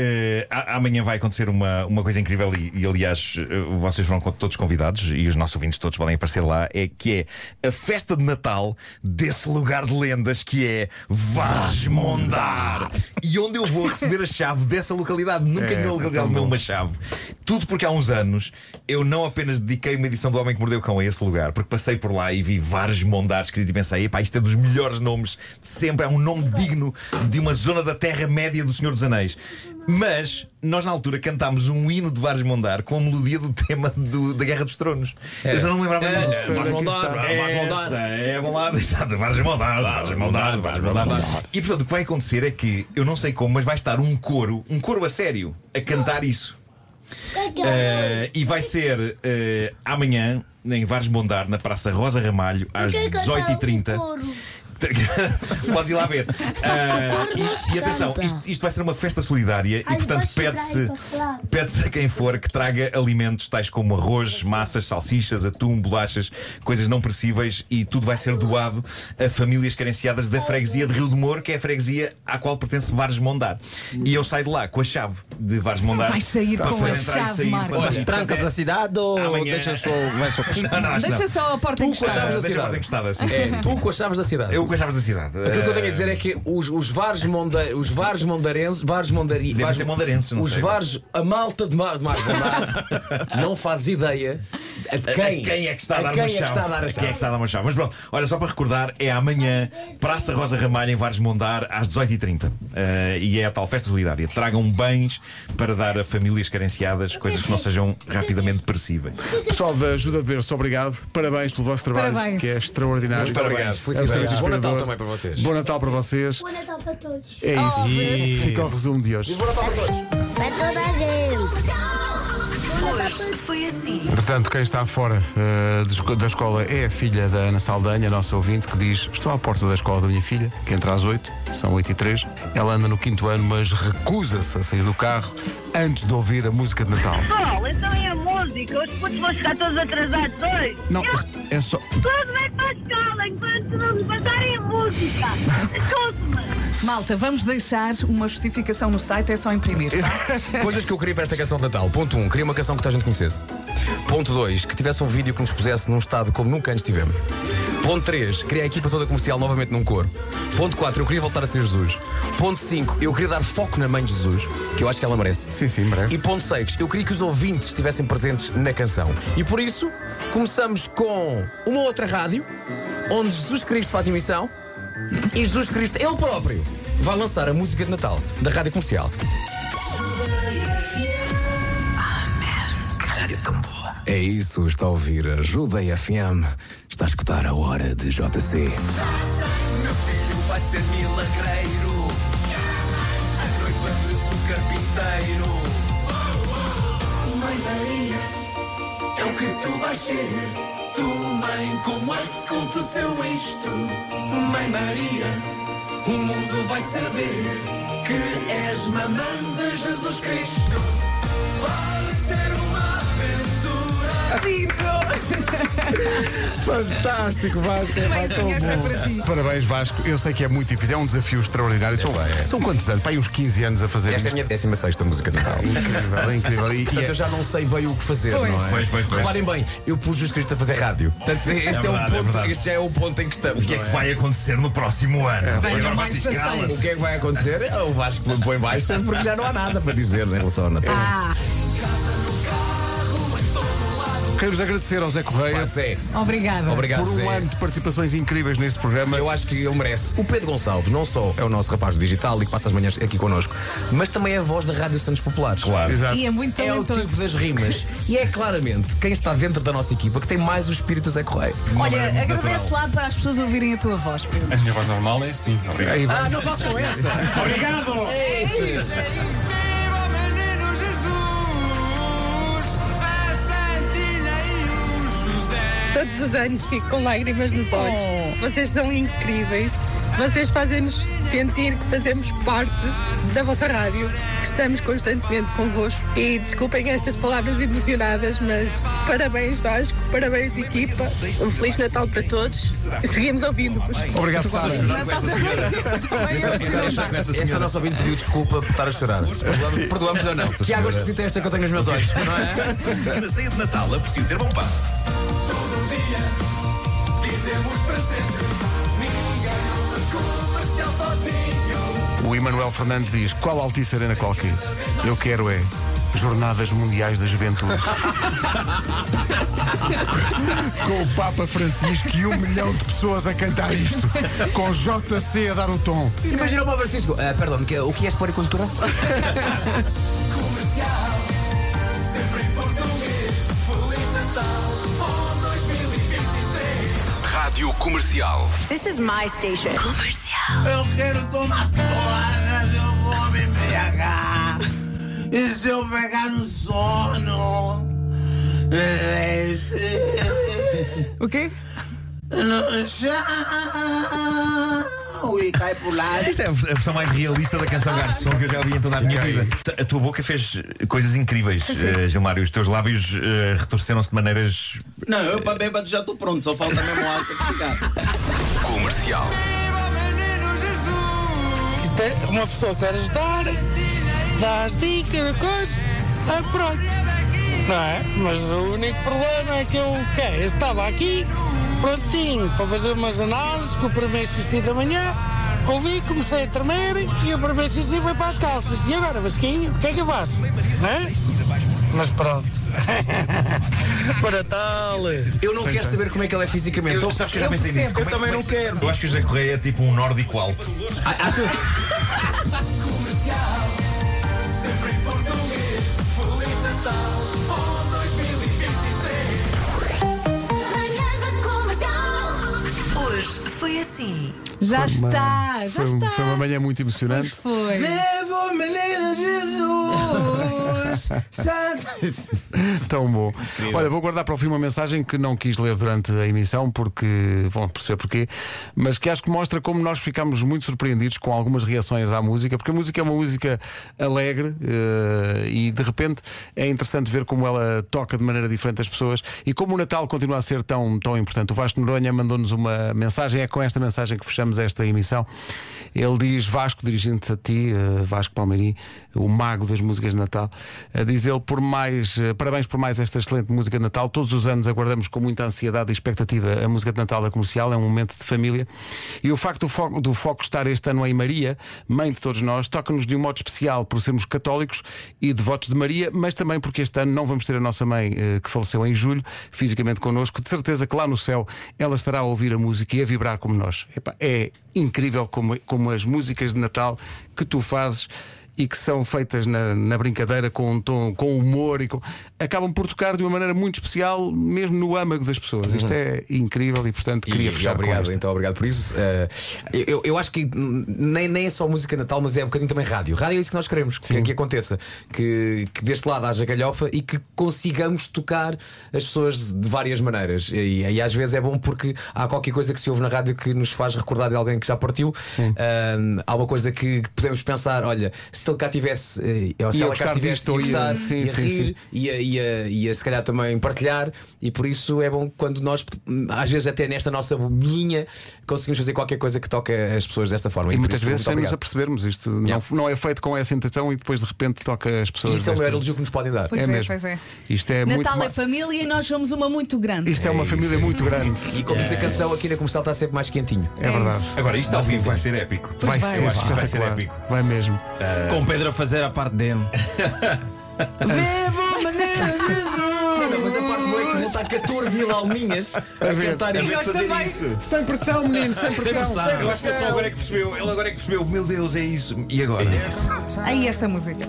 Eh, a- amanhã vai acontecer uma, uma coisa incrível e, e, aliás, eh, vocês foram co- todos convidados e os nossos ouvintes todos podem aparecer lá. É que é a festa de Natal desse lugar de lendas que é Vasmondar e onde eu vou receber a chave dessa localidade. Nunca nenhuma localidade me deu uma chave. Tudo porque há uns anos eu não apenas dediquei uma edição do Homem que Mordeu o Cão a esse lugar, porque passei por lá e vi vários mondares escrito e pensei, epá, isto é dos melhores nomes de sempre, é um nome digno de uma zona da Terra-média do Senhor dos Anéis. Mas nós na altura cantámos um hino de Vares Mondar com a melodia do tema do- da Guerra dos Tronos. Eu já não me lembrava disso. É, Vares Mondar, Vares Mondar. Esta é a balada, exato, Vares Mondar, Vares Mondar, Vares Mondar. E portanto, o que vai acontecer é que, eu não sei como, mas vai estar um coro, um coro a sério, a cantar isso. Eh, e vai ser eh, amanhã, em Vares Mondar, na Praça Rosa Ramalho, às 18h30. Podes ir lá ver. Ah, Por Deus, e, e atenção, canta. isto, isto vai ser uma festa solidária e, Ai, portanto, vou chorar pede-se então, para falar. pede-se a quem for que traga alimentos tais como arroz, massas, salsichas, atum, bolachas, coisas não perecíveis e tudo vai ser doado a famílias carenciadas da freguesia de Rio de Moro, que é a freguesia à qual pertence Vares Mondar. E eu saio de lá com a chave de Vares Mondar. Vai sair para com poder a entrar e chave, sair Marco. quando- Olha, Trancas a cidade ou Amanhã- deixas só. Vai só Não, não, acho que Deixa não. só a porta Tu Ah, sabes a encostada. deixa a cidade. porta encostada, sim, É, sim, sim. tu com as chaves da cidade. Eu com as chaves da cidade. Aquilo que eu Ah, tenho a dizer é que os, os vares monda, os vares mondarenses, vares mondari, Devem vares- ser mondarenses, não os sei. vares, a malta de Mar, de Mar, de Mar- não faz ideia a de quem, é que está a dar quem uma é que chave? está a dar a Quem é chave. que está a dar uma chave? Mas pronto, olha, só para recordar, é amanhã, Praça Rosa Ramalho, em Vares Mondar, às 18h30. Eh, e é a tal festa solidária. Tragam bens para dar a famílias carenciadas, coisas que é não sejam rapidamente perecíveis. Pessoal da Ajuda de Berço, obrigado. Parabéns pelo vosso trabalho, Parabéns. que é extraordinário. Muito obrigado. É Felicidades. absolutamente Bom Natal inspirador. também para vocês. Bom Natal para vocês. Boa Natal para todos. É isso. Fica o resumo de hoje. Para toda a gente. Hoje foi assim. Portanto, quem está fora eh, de esco- da escola é a filha da Ana Saldanha, nossa ouvinte, que diz: Estou à porta da escola da minha filha, que entra às 8, são 8 e 3. Ela anda no quinto ano, mas recusa-se a sair do carro antes de ouvir a música de Natal. Paulo, então é a música. Os putos vão chegar todos atrasados hoje. Não, Eu, é só. tudo bem para a escola enquanto não me passarem a música. Escute-me. Malta, vamos deixar uma justificação no site, é só imprimir. tá? Coisas que eu queria para esta canção de Natal. Ponto 1, um, queria uma canção que toda a gente conhecesse. Ponto 2, que tivesse um vídeo que nos pusesse num estado como nunca antes tivemos. Ponto 3, queria a equipa toda comercial novamente num coro. Ponto 4, eu queria voltar a ser Jesus. Ponto 5, eu queria dar foco na mãe de Jesus, que eu acho que ela merece. Sim, sim, merece. E ponto 6, eu queria que os ouvintes estivessem presentes na canção. E por isso, começamos com uma outra rádio, onde Jesus Cristo faz emissão e Jesus Cristo, ele próprio, vai lançar a música de Natal da rádio comercial. Rádio tão boa. É isso, está a ouvir a Judeia FM. Está a escutar a hora de JC. vai ser milagreiro. A noiva de um carpinteiro. Mãe Maria, é o que tu vais ser. Tu, mãe, como é que aconteceu isto? Mãe Maria, o mundo vai saber que és mamã de Jesus Cristo. Vai ser uma aventura. Fantástico, Vasco. É pá, tão esta é bom. para ti. Parabéns, Vasco. Eu sei que é muito difícil, é um desafio extraordinário. São, são quantos anos? Pai, uns 15 anos a fazer Esta é a isto. minha 16 música de Natal. Incrível, é incrível. E, Portanto, e é- eu já não sei bem o que fazer, não é? Pois, pois, pois. Reparem bem, eu pus Jesus Cristo a fazer rádio. Portanto, este, é verdade, é o ponto, verdade. este já é o ponto em que estamos. O que é não que vai acontecer no próximo ano? Agora vais mais passeio. escala-se. O que é que vai acontecer? O Vasco me põe baixo porque já não há nada para dizer né, em relação ao Natal. Ah, Queremos agradecer ao Zé Correia Mas é. obrigada. Obrigado, por um Zé. ano de participações incríveis neste programa. Eu acho que ele merece. O Pedro Gonçalves não só é o nosso rapaz do digital e que passa as manhãs aqui connosco, mas também é a voz da Rádio Santos Populares. Claro. Exato. E é muito É o talentoso. tipo das rimas. E é claramente quem está dentro da nossa equipa que tem mais o espírito Zé Correia. Olha, agradece lá para as pessoas ouvirem a tua voz, Pedro. A minha voz normal é assim, obrigado. Ah, não façam essa! Obrigado! É Viva menino Jesus, a Santina e o José. Oh. Todos os anos fico com lágrimas nos olhos. Vocês são incríveis. Vocês fazem-nos sentir que fazemos parte da vossa rádio, que estamos constantemente convosco. E desculpem estas palavras emocionadas, mas parabéns Vasco, parabéns equipa. Um Feliz Natal para todos. Seguimos ouvindo-vos. Obrigado, Sara. Esta nossa ouvinte pediu desculpa por estar a chorar. Perdoamos- Perdoamos ou não? Que águas que se testa que eu tenho nos meus olhos, não é? Na ceia de Natal, aprecio ter bom pão. Todo dia dizemos para sempre: ninguém comercial sozinho. O Emanuel Fernandes diz: Qual Altice Arena qualquer? Eu quero é Jornadas Mundiais da Juventude. Com o Papa Francisco e um milhão de pessoas a cantar isto. Com JC a dar o tom. Imagina o Papa Francisco. Ah, perdão, que- o que é floricultura? Comercial, sempre em português. Feliz Natal, bom 2023. Rádio Comercial. This is my station. Comercial. Eu quero tomar todas, eu vou me embriagar. E se eu pegar no sono? é, O quê? No chão e cai pro lado. Isto é a versão mais realista da canção Garçom que eu já ouvi em toda a minha vida. A tua boca fez coisas incríveis, eh, Gilmário. Os teus lábios eh, retorceram-se de maneiras. Não, eu para bêbado já estou pronto, só falta mesmo água para chegar. Comercial. é Uma pessoa quer ajudar, dá as dicas, coisa, ah, pronto. Não é? Mas o único problema é que eu quem? estava aqui, prontinho, para fazer umas análises com o primeiro xixi da manhã. Ouvi, comecei a tremer e o primeiro xixi foi para as calças. E agora, Vasquinho, o que é que eu faço? Não é? Mas pronto. para tal. Eu não quero saber como é que ele é fisicamente. Eu, Então, sabes que eu já pensei nisso. Como é- também não como é que- quero. Eu acho que o José Correia é tipo um nórdico alto. Ah, Sempre em português. Feliz Natal, bom 2023. Manhãs da comercial. Hoje foi assim. Já está, já foi, um- está. foi uma manhã muito Mas emocionante. foi. Devo, menino Jesus. Santo. Tão bom. Olha, vou guardar para o fim uma mensagem que não quis ler durante a emissão, porque vão perceber porquê, mas que acho que mostra como nós ficámos muito surpreendidos com algumas reações à música, porque a música é uma música alegre eh, e de repente é interessante ver como ela toca de maneira diferente as pessoas e como o Natal continua a ser tão, tão importante. O Vasco Noronha mandou-nos uma mensagem, é com esta mensagem que fechamos esta emissão. Ele diz: Vasco, dirigindo-se a ti, eh, Vasco Palmeirim, o mago das músicas de Natal, eh, diz ele: por mais, eh, parabéns por mais esta excelente música de Natal. Todos os anos aguardamos com muita ansiedade e expectativa a música de Natal da comercial, é um momento de família. E o facto do foco, do foco estar este ano em Maria, mãe de todos nós, toca-nos de um modo especial por sermos católicos e devotos de Maria, mas também porque este ano não vamos ter a nossa mãe, eh, que faleceu em julho, fisicamente connosco. De certeza que lá no céu ela estará a ouvir a música e a vibrar como nós. Epá, é incrível como, como as músicas de Natal que tu fazes e que são feitas na, na brincadeira com um tom, com humor e com- acabam por tocar de uma maneira muito especial, mesmo no âmago das pessoas. Isto é incrível e portanto Uhum. E, queria e fechar com obrigado, isto. então obrigado por isso. Eh, eu, eu acho que hum, nem, nem é só música natal, mas é um bocadinho também rádio. Rádio é isso que nós queremos que, que aconteça. Que, que deste lado haja galhofa e que consigamos tocar as pessoas de várias maneiras. E, e às vezes é bom porque há qualquer coisa que se ouve na rádio que nos faz recordar de alguém que já partiu. Ahm, há uma coisa que podemos pensar: olha, se ele cá tivesse, eh, ou se Ia ela cá gostar tivesse, disto, ia ou ia- gostar, sim, ia sim, rir, sim. e a, e, a, e a se calhar também partilhar, e por isso é bom quando nós, hum, às vezes, até nesta nossa bolinha, conseguimos fazer qualquer coisa que toque as pessoas desta forma. E por muitas isso, vezes muito sem nos obrigado. apercebermos isto. Não, não é feito com essa intenção e depois de repente toca as pessoas. Isso é o melhor desta- elogio que nos podem dar. Pois É é, mesmo. pois é. Isto é Natal é muito. ma- família e nós somos uma muito grande. Isto é uma família muito grande. E como diz a canção, aqui na comercial está sempre mais quentinho. É verdade. Agora, isto ao vivo vai ser épico. Vai, vai. ser Eu acho que isto vai Ah, ser espetacular. épico. Vai mesmo. Com o Pedro a fazer a parte dele. Não, mas a parte boa é que está 14 mil alminhas É a cantar Em vez de isto. fazer isso. Sem pressão, menino, sem Eu acho que ele só agora é que percebeu. Ele agora é que percebeu. Meu Deus, é isso. E agora? Aí esta música.